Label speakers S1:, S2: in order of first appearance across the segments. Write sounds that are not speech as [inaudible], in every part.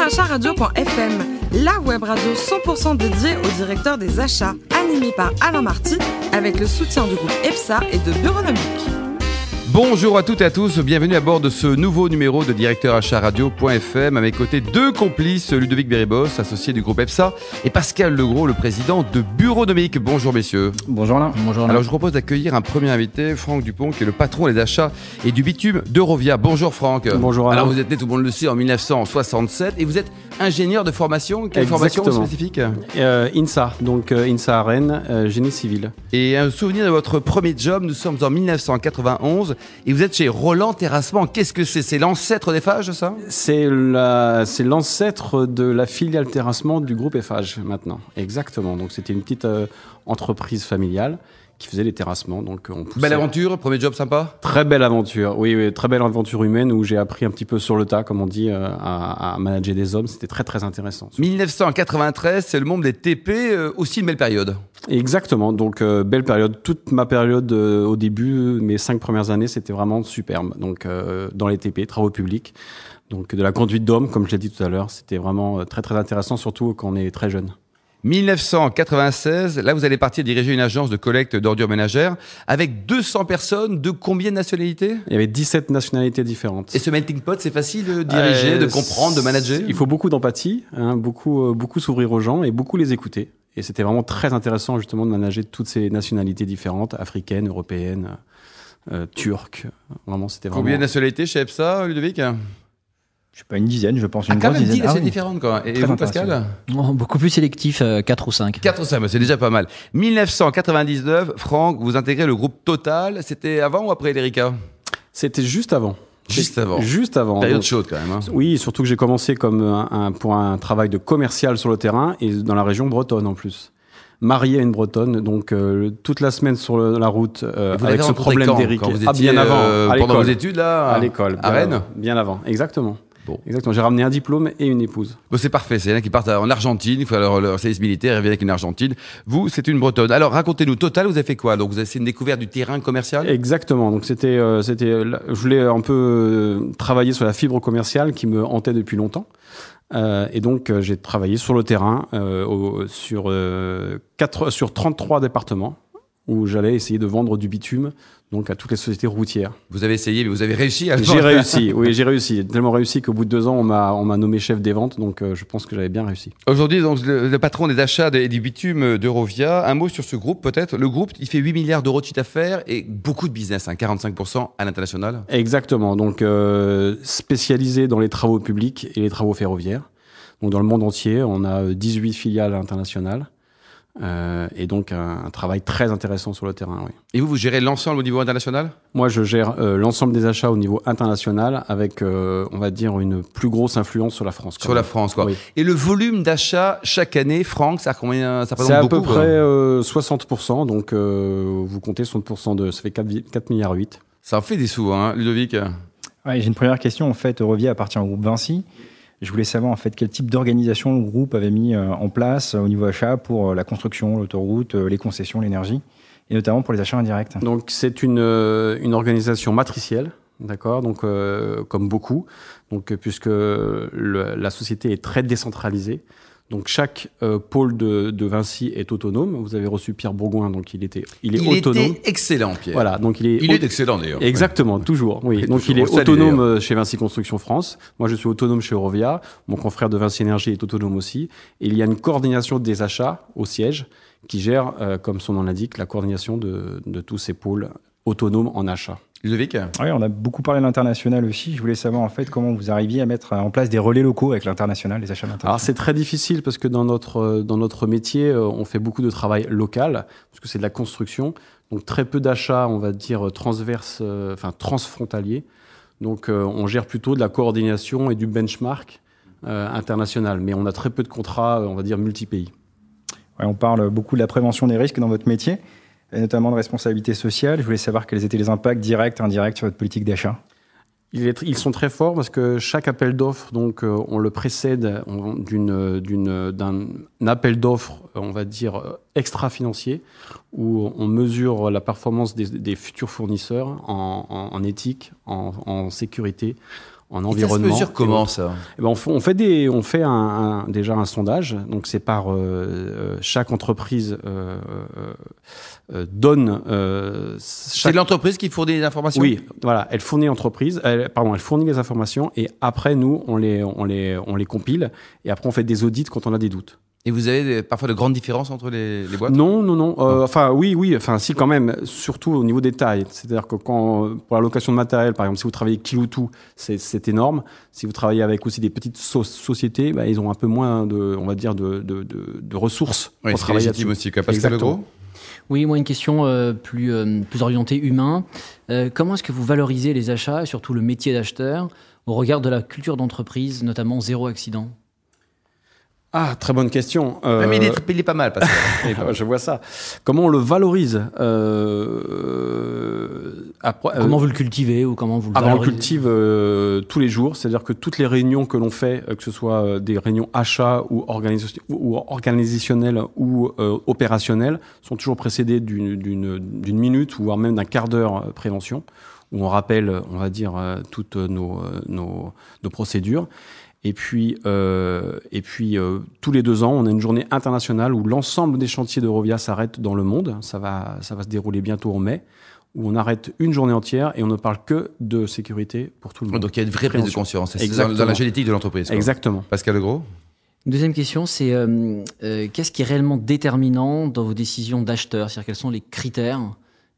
S1: acharadio.fm, la web radio 100% dédiée au directeur des achats, animée par Alain Marty, avec le soutien du groupe EPSA et de Bureonomique.
S2: Bonjour à toutes et à tous, bienvenue à bord de ce nouveau numéro de directeur Radio.fm. À mes côtés, deux complices, Ludovic Bérébos, associé du groupe EPSA, et Pascal Legros, le président de Bureaunomique. Bonjour messieurs.
S3: Bonjour Alain.
S2: Bonjour Alors je vous propose d'accueillir un premier invité, Franck Dupont, qui est le patron des achats et du bitume d'Eurovia. Bonjour Franck.
S3: Bonjour Alain.
S2: Alors vous êtes né, tout le monde le sait, en 1967 et vous êtes ingénieur de formation. Quelle
S3: Exactement.
S2: formation spécifique
S3: Euh, INSA, donc euh, INSA à Rennes, euh, génie civil.
S2: Et un souvenir de votre premier job, nous sommes en 1991 et vous êtes chez Roland Terrassement. Qu'est-ce que c'est C'est l'ancêtre des phages, ça
S3: C'est la- c'est l'ancêtre de la filiale terrassement du groupe Eiffage maintenant. Exactement. Donc c'était une petite euh, entreprise familiale qui faisait les terrassements. Donc euh, on poussait-
S2: Belle aventure, premier job sympa
S3: Très belle aventure, oui, oui, très belle aventure humaine où j'ai appris un petit peu sur le tas, comme on dit, euh, à, à manager des hommes. C'était très très intéressant.
S2: 1993, c'est le monde des TP, euh, aussi une belle période.
S3: Exactement, donc euh, belle période. Toute ma période euh, au début, mes cinq premières années, c'était vraiment superbe. Donc euh, dans les TP, travaux publics, donc de la conduite d'homme, comme je l'ai dit tout à l'heure, c'était vraiment euh, très très intéressant, surtout quand on est très jeune.
S2: 1996, là vous allez partir diriger une agence de collecte d'ordures ménagères avec 200 personnes de combien de nationalités
S3: Il y avait 17 nationalités différentes.
S2: Et ce melting pot, c'est facile de diriger, de
S3: Euh,
S2: comprendre, de manager
S3: Il faut beaucoup d'empathie, hein, beaucoup euh, beaucoup s'ouvrir aux gens et beaucoup les écouter. Et c'était vraiment très intéressant justement de manager toutes ces nationalités différentes, africaines, européennes, euh, turques. Vraiment, c'était vraiment.
S2: Combien de nationalités chez EPSA, Ludovic Ah,
S4: Je sais pas, une dizaine, je pense. Une
S2: quand
S4: grosse
S2: même 10
S4: dizaine. Ah
S2: nationalités
S4: oui.
S2: différentes, quoi. Et
S4: Très
S2: vous, Pascal
S4: intéressant.
S5: Oh, beaucoup plus sélectif, 4 ou 5.
S2: 4 ou 5, c'est déjà pas mal. 1999, Franck, vous intégrez le groupe Total. C'était avant ou après l'Erika
S3: C'était juste avant.
S2: Juste avant.
S3: Juste avant.
S2: Période
S3: Donc,
S2: chaude quand même. hein.
S3: oui, surtout que j'ai commencé comme un, un- pour un travail de commercial sur le terrain et dans la région bretonne en plus. Marié à une bretonne, donc euh, toute la semaine sur le- la route euh,
S2: Et vous
S3: avec
S2: l'avez
S3: ce
S2: rencontré
S3: problème
S2: quand
S3: d'Eric.
S2: Quand vous
S3: Ah,
S2: étiez,
S3: bien avant,
S2: euh,
S3: à
S2: pendant vos
S3: l'école.
S2: études là,
S3: à l'école,
S2: à
S3: bien
S2: Rennes.
S3: avant, Bien avant, exactement.
S2: Bon.
S3: Exactement. J'ai ramené un diplôme et une épouse.
S2: Bon, c'est parfait. C'est là qui partent en Argentine. Il faut leur, leur service militaire. Ils reviennent avec une Argentine. Vous, c'est une Bretonne. Alors, racontez-nous. Total, vous avez fait quoi Donc, vous avez fait une découverte du terrain commercial.
S3: Exactement. Donc c'était, euh, c'était, euh, là- je voulais un peu euh, travailler sur la fibre commerciale qui me hantait depuis longtemps. Euh, et donc euh, j'ai travaillé sur le terrain euh, au- sur euh, quatre- sur 33 départements où j'allais essayer de vendre du bitume donc à toutes les sociétés routières.
S2: Vous avez essayé, mais vous avez réussi. À
S3: J'ai réussi. Oui, j'ai réussi. J'ai Tellement réussi qu'au bout de deux ans on m'a on m'a nommé chef des ventes. Donc euh, je pense que j'avais bien réussi.
S2: Aujourd'hui, donc le, le patron des achats et du bitume d'Eurovia. Un mot sur ce groupe, peut-être. Le groupe, il fait 8 milliards d'euros de chiffre d'affaires et beaucoup de business, hein, 45% à l'international.
S3: Exactement. Donc euh, spécialisé dans les travaux publics et les travaux ferroviaires. Donc dans le monde entier, on a euh, 18 filiales internationales euh, et donc un, un travail très intéressant sur le terrain. Oui.
S2: Et vous, vous gérez l'ensemble au niveau international
S3: Moi, je gère euh, l'ensemble des achats au niveau international avec, euh, on va dire, une plus grosse influence sur la France. quand
S2: Sur la
S3: même.
S2: France, quoi.
S3: Oui.
S2: Et le volume d'achats chaque année, Franck, ça, combien, ça
S3: C'est
S2: représente
S3: à
S2: beaucoup
S3: peu
S2: quoi
S3: près euh, 60%, donc euh, vous comptez 60% de, ça fait 4, 4 milliards 8.
S2: Ça en fait des sous, hein, Ludovic.
S4: Ouais, J'ai une première question. En fait, Eurovia appartient au groupe Vinci. Je voulais savoir en fait quel type d'organisation le groupe avait mis euh, en place euh, au niveau achat pour euh, la construction, l'autoroute, euh, les concessions, l'énergie, et notamment pour les achats indirects.
S3: Donc c'est une, euh, une organisation matricielle, d'accord Donc euh, comme beaucoup, donc euh, puisque le- la société est très décentralisée. Donc chaque euh, pôle de, de Vinci est autonome. Vous avez reçu Pierre Bourgoin, donc il était, il est
S2: il
S3: autonome.
S2: était excellent, Pierre.
S3: Voilà, donc il est.
S2: Il
S3: au-
S2: est excellent, d'ailleurs.
S3: Exactement, toujours. Oui.
S2: Et
S3: Donc
S2: toujours, on
S3: il est
S2: le salue,
S3: autonome euh, chez Vinci Construction France. Moi, je suis autonome chez Eurovia. Mon confrère de Vinci Énergie est autonome aussi. Et il y a une coordination des achats au siège qui gère, euh, comme son nom l'indique, la coordination de, de tous ces pôles autonomes en achat.
S2: Ludovic
S4: Oui, on a beaucoup parlé de l'international aussi. Je voulais savoir en fait comment vous arriviez à mettre euh, en place des relais locaux avec l'international, les achats
S3: Alors
S4: d'international.
S3: c'est très difficile parce que dans notre, euh, dans notre métier, euh, on fait beaucoup de travail local, parce que c'est de la construction, donc très peu d'achats, on va dire, euh, transverse, euh, enfin transfrontaliers. Donc euh, on gère plutôt de la coordination et du benchmark euh, international, mais on a très peu de contrats, euh, on va dire, multi-pays.
S4: Ouais, on parle beaucoup de la prévention des risques dans votre métier, et notamment de responsabilité sociale. Je voulais savoir quels étaient les impacts directs, indirects sur votre politique d'achat.
S3: Il est- Ils sont très forts parce que chaque appel d'offres, donc euh, on le précède on- d'une- d'une- d'un appel d'offres, euh, on va dire euh, extra-financier, où on mesure la performance des, des futurs fournisseurs en, en- en éthique, en, en sécurité, en
S2: Et ça se
S3: environnement.
S2: mesure comment ça
S3: Eh ben, on, fait, on fait des, on fait un, un- déjà un sondage. Donc c'est par euh, euh, chaque entreprise euh, euh, euh, donne. euh,
S2: C'est
S3: chaque-
S2: l'entreprise qui fournit les informations
S3: oui, voilà, elle fournit l'entreprise, elle, pardon, elle fournit les informations et après nous on les, on les, on les compile et après on fait des audits quand on a des doutes.
S2: Et vous avez des- parfois de grandes différences entre les, les boîtes
S3: Non, non, non. Euh, enfin, oui, oui. Enfin, si, quand même. Surtout au niveau des tailles. C'est-à-dire que quand, euh, pour la location de matériel, par exemple, si vous travaillez kilo tout, c'est- c'est énorme. Si vous travaillez avec aussi des petites so- sociétés, bah, ils ont un peu moins de, on va dire, de, de, de, de ressources
S2: Oui,
S3: pour
S2: c'est
S3: travailler
S2: légitime
S3: là-dessus.
S2: aussi. quoi. Pascal
S3: Exactement.
S2: Legros
S5: Oui, moi une question euh, plus, euh, plus orientée humain. Euh, comment est-ce que vous valorisez les achats et surtout le métier d'acheteur au regard de la culture d'entreprise, notamment zéro accident
S3: Ah, très bonne question. Euh,
S2: Ouais, Ah, mais il
S3: [laughs]
S2: est, il est pas mal, Pascal. Il est pas
S3: ah
S2: mal.
S3: ouais, je vois ça. Comment on le valorise euh, après, euh,
S5: Comment vous le cultivez ou comment vous le
S3: Ah ben, on le
S5: valorisez
S3: cultive euh, tous les jours, c'est-à-dire que toutes les réunions que l'on fait, euh, que ce soit euh, des réunions achats ou, organisa- ou- ou organisationnelles ou euh, opérationnelles, sont toujours précédées d'une- d'une d'une minute ou voire même d'un quart d'heure euh, prévention, où on rappelle, on va dire, euh, toutes nos, euh, nos, nos procédures. Et puis, euh, et puis euh, tous les deux ans, on a une journée internationale où l'ensemble des chantiers de Rovia s'arrêtent dans le monde. Ça va, ça va se dérouler bientôt en mai, où on arrête une journée entière et on ne parle que de sécurité pour tout le monde.
S2: Oh, Donc il y a une vraie prise de conscience. hein. C'est dans,
S3: Exactement.
S2: dans la génétique de l'entreprise. quoi.
S3: Exactement.
S2: Pascal Legros
S5: Deuxième question, c'est euh, euh, qu'est-ce qui est réellement déterminant dans vos décisions d'acheteur C'est-à-dire quels sont les critères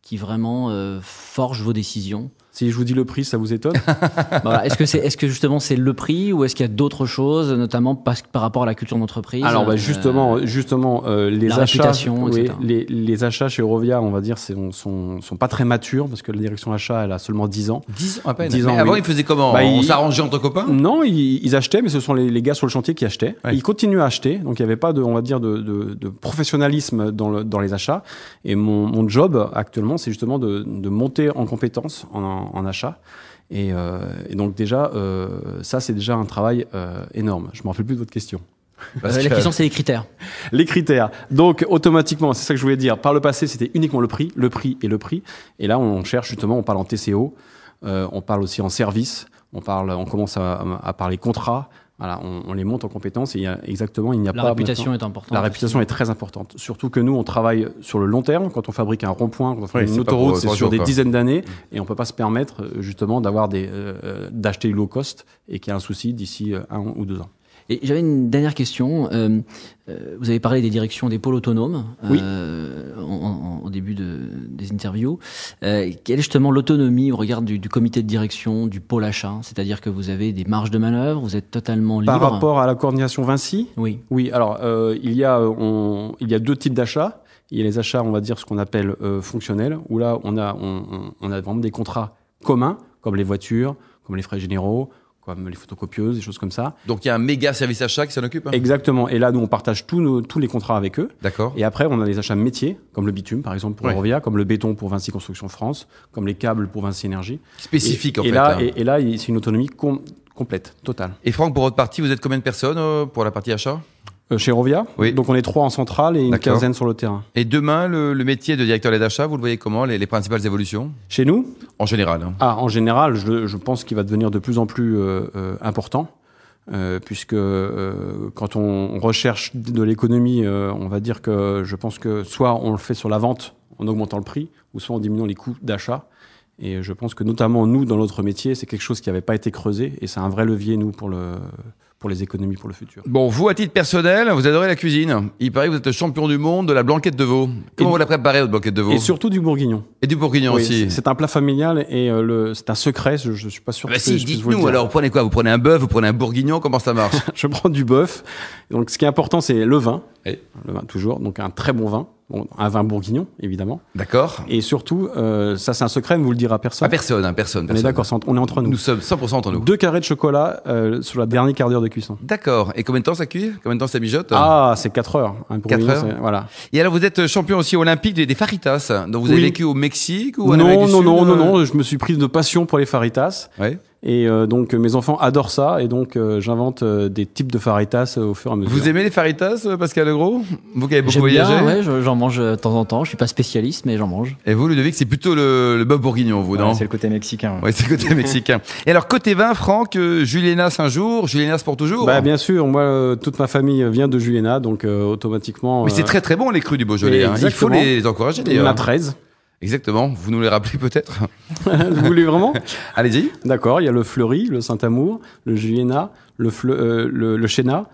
S5: qui vraiment euh, forgent
S3: [laughs]
S5: vos décisions
S3: Si je vous dis le prix, ça vous étonne
S5: Bah voilà, Est-ce que, c'est, est-ce que justement c'est le prix ou est-ce qu'il y a d'autres choses, notamment parce, par rapport à la culture d'entreprise
S3: Alors bah,
S5: euh,
S3: justement, justement euh, les
S5: la
S3: achats,
S5: réputation,
S3: oui,
S5: etc.
S3: les, les achats chez Eurovia, on va dire, sont, sont, sont pas très matures parce que la direction achat, elle a seulement 10 ans.
S2: 10 ans à peine.
S3: Dix ans,
S2: Mais avant,
S3: oui.
S2: il faisait comment
S3: Bah,
S2: On
S3: il- Mm.
S2: s'arrangeait entre copains
S3: Non, ils, ils achetaient, mais ce sont les, les gars sur le chantier qui achetaient.
S2: Ouais.
S3: Ils continuent à acheter, donc il n'y avait pas de, on va dire, de, de- de professionnalisme dans, le- dans les achats. Et mon, mon job actuellement, c'est justement de, de monter en compétences en, en achat. Et, euh, et donc déjà, euh, ça c'est déjà un travail euh, énorme. Je me rappelle plus de votre question.
S5: euh,
S2: Parce
S5: la
S2: que-
S5: question c'est les critères.
S3: Les critères. Donc automatiquement, c'est ça que je voulais dire. Par le passé, c'était uniquement le prix, le prix et le prix. Et là, on cherche justement, on parle en TCO, euh, on parle aussi en service, on parle, on commence à, à parler contrat. Voilà, on, on les monte en compétences. Et il y a- exactement, il n'y a
S5: La
S3: pas.
S5: réputation
S3: maintenant-
S5: est importante.
S3: La réputation est très importante. Surtout que nous, on travaille sur le long terme. Quand on fabrique un rond-point, quand on fabrique
S2: Oui,
S3: une
S2: c'est pas pour,
S3: autoroute,
S2: euh,
S3: c'est
S2: trois
S3: sur
S2: jours,
S3: des
S2: quoi. Mm.
S3: dizaines d'années, et on peut pas se permettre euh, justement d'avoir des, euh, euh, d'acheter low cost et qu'il y a un souci d'ici euh, un ou deux ans.
S5: Et j'avais une dernière question. Euh, euh, vous avez parlé des directions des pôles autonomes
S3: Oui.
S5: euh, en- en- au début de, des interviews. Euh, quelle est justement l'autonomie au regard du, du comité de direction, du pôle achat C'est-à-dire que vous avez des marges de manœuvre, vous êtes totalement libre.
S3: Par rapport à la coordination Vinci,
S5: Oui.
S3: Oui, alors euh, il, y a, euh, on- il y a deux types d'achats. Il y a les achats, on va dire, ce qu'on appelle euh, fonctionnels, où là, on a, on, on- on a vraiment des contrats communs, comme les voitures, comme les frais généraux, comme les photocopieuses, des choses comme ça.
S2: Donc il y a un méga service achat qui s'en occupe. hein
S3: Exactement. Et là, nous, on partage tous, nos- tous les contrats avec eux.
S2: D'accord.
S3: Et après, on a les achats métiers, comme le bitume, par exemple, pour
S2: Ouais.
S3: Eurovia, comme le béton pour Vinci Construction France, comme les câbles pour Vinci Énergie.
S2: Spécifique
S3: et,
S2: en
S3: et
S2: fait.
S3: Là,
S2: hein.
S3: et, et là, il- c'est une autonomie com- complète, totale.
S2: Et Franck, pour votre partie, vous êtes combien de personnes euh, pour la partie achat
S3: Euh, chez Eurovia,
S2: Oui.
S3: donc on est trois en centrale et une
S2: D'accord.
S3: quinzaine sur le terrain.
S2: Et demain, le, le métier de directeur d'aide achat, vous le voyez comment les, les principales évolutions
S3: Chez nous,
S2: En général. hein.
S3: Ah, en général, je, je pense qu'il va devenir de plus en plus euh, euh, important, euh, puisque euh, quand on recherche de l'économie, euh, on va dire que je pense que soit on le fait sur la vente en augmentant le prix, ou soit en diminuant les coûts d'achat. Et je pense que notamment nous, dans notre métier, c'est quelque chose qui n'avait pas été creusé, et c'est un vrai levier, nous, pour, le, pour les économies pour le futur.
S2: Bon, vous, à titre personnel, vous adorez la cuisine. Il paraît que vous êtes champion du monde de la blanquette de veau. Comment
S3: Et-
S2: vous la préparez, votre blanquette de veau
S3: Et surtout du bourguignon.
S2: Et du bourguignon
S3: Oui,
S2: aussi.
S3: c'est- c'est un plat familial et euh, le- c'est un secret, je ne suis pas sûr
S2: Bah
S3: que
S2: si,
S3: je puisse vous le
S2: dites-nous
S3: dire.
S2: alors, vous prenez quoi Vous prenez un bœuf, vous prenez un bourguignon, comment ça [laughs] marche
S3: [laughs] je prends du bœuf. Donc, ce qui est important, c'est le vin.
S2: Oui.
S3: Le vin, toujours. Donc, un très bon vin. Bon, un vin bourguignon, évidemment.
S2: D'accord
S3: Et surtout, euh, ça, c'est un secret, mais vous le dira à personne.
S2: Pas personne, hein, personne,
S3: on est
S2: personne.
S3: d'accord, c'est entre- on est entre nous.
S2: Nous sommes 100% entre nous.
S3: Deux carrés de chocolat euh, sur la dernière quart d'heure de cuisson.
S2: D'accord. Et combien de temps ça cuit Combien de temps ça mijote
S3: Ah, c'est 4 heures. Un bourguignon,
S2: Quatre heures
S3: c'est- Voilà.
S2: Et alors, vous êtes champion aussi olympique des, des faritas. Donc, vous avez
S3: Oui.
S2: vécu au Mexique ou en
S3: Non,
S2: Amérique
S3: non,
S2: du Sud
S3: non, non,
S2: euh
S3: non, je me suis prise de passion pour les faritas.
S2: Ouais.
S3: Et euh, donc, euh, mes enfants adorent ça. Et donc, euh, j'invente euh, des types de faritas euh, au fur et à mesure.
S2: Vous aimez les faritas, euh, Pascal Legros Vous qui avez beaucoup
S5: J'aime bien,
S2: voyagé
S5: ouais, je- j'en mange euh, de temps en temps. Je suis pas spécialiste, mais j'en mange.
S2: Et vous, Ludovic, c'est plutôt le, le bœuf bourguignon, vous, non
S4: Ouais, C'est le côté mexicain.
S2: Ouais, c'est le côté mexicain. Et alors, côté vin, Franck, euh, Julienas un jour, Julienas pour toujours
S3: Bah, bien sûr, moi, euh, toute ma famille vient de Juliena, donc euh, automatiquement.
S2: Mais c'est
S3: euh,
S2: très très bon les crus du Beaujolais.
S3: Et
S2: hein. Il faut
S3: exactement.
S2: les, les encourager
S3: Il y en a
S2: d'ailleurs.
S3: 13.
S2: Exactement, vous nous les rappelez peut-être.
S3: [laughs] Vous voulez vraiment
S2: Allez-y.
S3: D'accord, il y a le Fleury, le Saint-Amour, le Juliena, le, Fleu- euh, le, le Chéna,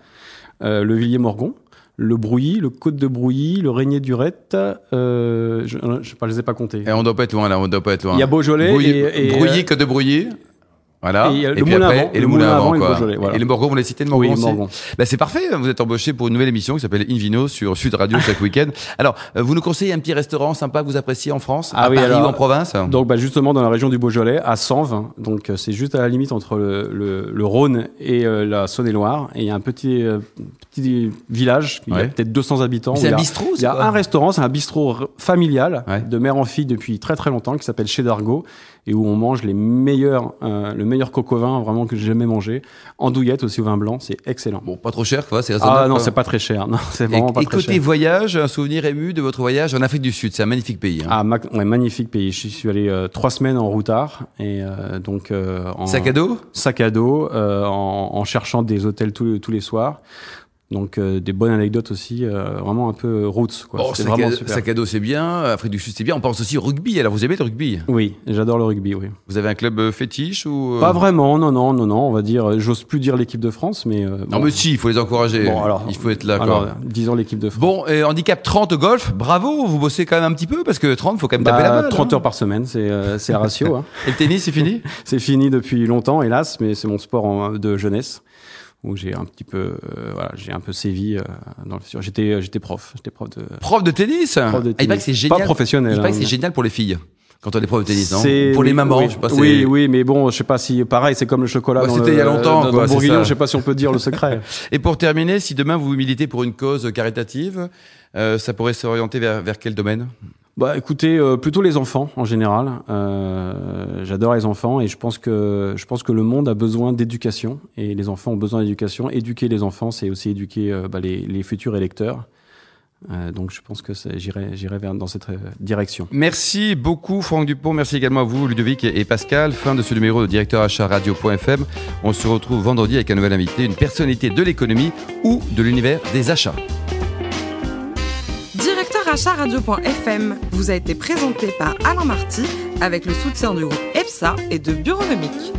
S3: euh, le Villiers-Morgon, le Brouilly, le Côte de Brouilly, le Régnier d'Urette. euh, je ne les ai pas comptés.
S2: Et on doit pas être loin là, on doit pas être loin.
S3: Il y a Beaujolais et, euh, et,
S2: brouillé que de brouillé. Voilà.
S3: et, euh, le
S2: puis
S3: moulin
S2: après,
S3: avant,
S2: et le
S3: le
S2: moulin
S3: moulin
S2: avant,
S3: avant et le
S2: quoi.
S3: Beaujolais, voilà.
S2: Et le Morgon, vous l'avez cité le
S3: euh, oui,
S2: Morgon aussi.
S3: Morgon.
S2: Bah, c'est parfait, vous êtes embauché pour une nouvelle émission qui s'appelle Invino sur Sud Radio
S3: [laughs]
S2: chaque week-end. Alors, euh, vous nous conseillez un petit restaurant sympa que vous appréciez en France,
S3: Ah
S2: à
S3: oui,
S2: Paris
S3: alors-
S2: ou en province
S3: Donc bah, justement dans la région du Beaujolais, à 120, donc euh, c'est juste à la limite entre le, le- le Rhône et euh, la Saône-et-Loire, et il y a un petit, euh, petit village, il y a
S2: Ouais.
S3: peut-être 200 habitants. où
S2: C'est
S3: il y
S2: un
S3: a-
S2: bistrot,
S3: Il y a un restaurant, c'est un bistrot r- familial
S2: Ouais.
S3: de mère en fille depuis très très longtemps qui s'appelle Chez Dargo et où on mange les meilleurs, euh, le meilleur coco vin vraiment que j'ai jamais mangé. Andouillette aussi au vin blanc, c'est excellent.
S2: Bon, pas trop cher, quoi, c'est raisonnable.
S3: ah non,
S2: quoi.
S3: c'est pas très cher, non, c'est
S2: Et,
S3: vraiment pas
S2: et
S3: très
S2: côté
S3: cher.
S2: voyage, un souvenir ému de votre voyage en Afrique du Sud, c'est un magnifique pays. hein.
S3: Ah, ma- ouais, magnifique pays. Je suis allé euh, trois semaines en routard et euh, donc euh, en
S2: Sac à dos
S3: sac à dos, euh, en, en cherchant des hôtels tous les, tous les soirs. Donc euh, des bonnes anecdotes aussi, euh, vraiment un peu roots. Quoi.
S2: Bon,
S3: C'était
S2: Oh, sac, à,
S3: vraiment super.
S2: sac à dos, c'est bien. Afrique du Sud, c'est bien. On pense aussi au rugby. Alors, vous aimez le rugby
S3: Oui, j'adore le rugby, oui.
S2: Vous avez un club euh, fétiche ou euh,
S3: Pas vraiment, non, non, non, non, on va dire, euh, j'ose plus dire l'équipe de France, mais... euh,
S2: Non,
S3: bon.
S2: mais si, il faut les encourager.
S3: Bon, alors-
S2: il faut être là. quoi.
S3: Alors, disons l'équipe de France.
S2: Bon, et handicap 30 au golf, bravo, vous bossez quand même un petit peu parce que 30, faut quand même
S3: Bah,
S2: taper la balle.
S3: 30
S2: hein.
S3: heures par semaine, c'est
S2: [laughs]
S3: euh, c'est un ratio. hein.
S2: Et le tennis, c'est [laughs] fini
S3: C'est fini depuis longtemps, hélas, mais c'est mon sport en- euh, de jeunesse où j'ai un petit peu, euh, voilà, j'ai un peu sévi euh, dans le futur. J'étais, euh, j'étais prof, j'étais prof de.
S2: Prof de tennis
S3: Prof de
S2: Ah, Il paraît que c'est
S3: tennis.
S2: génial.
S3: Pas professionnel,
S2: Il paraît que
S3: hein,
S2: c'est
S3: mais-
S2: génial pour les filles quand on est prof de tennis, non
S3: C'est-
S2: Pour les mamans,
S3: oui,
S2: je sais pas. c'est-
S3: Oui, oui, mais bon, je sais pas si pareil, c'est comme le chocolat.
S2: Ouais,
S3: dans
S2: c'était
S3: le-
S2: il y a longtemps,
S3: dans- dans
S2: quoi,
S3: le
S2: c'est
S3: bourguignon,
S2: ça.
S3: je sais pas si on peut dire
S2: [laughs]
S3: le secret.
S2: Et pour terminer, si demain vous militez pour une cause caritative, euh, ça pourrait s'orienter vers, vers quel domaine
S3: Bah écoutez, euh, plutôt les enfants en général. Euh, J'adore les enfants et je pense que je pense que le monde a besoin d'éducation et les enfants ont besoin d'éducation. Éduquer les enfants, c'est aussi éduquer euh, bah, les, les futurs électeurs. Euh, donc je pense que c'est- j'irai j'irai vers dans cette euh, direction.
S2: Merci beaucoup Franck Dupont, merci également à vous Ludovic et et Pascal. Fin de ce numéro de directeur achat radio.fm. On se retrouve vendredi avec un nouvel invité, une personnalité de l'économie ou de l'univers des achats.
S1: Directeur achat radio.fm vous a été présenté par Alain Marty avec le soutien du groupe EPSA et de Bureau Nomique.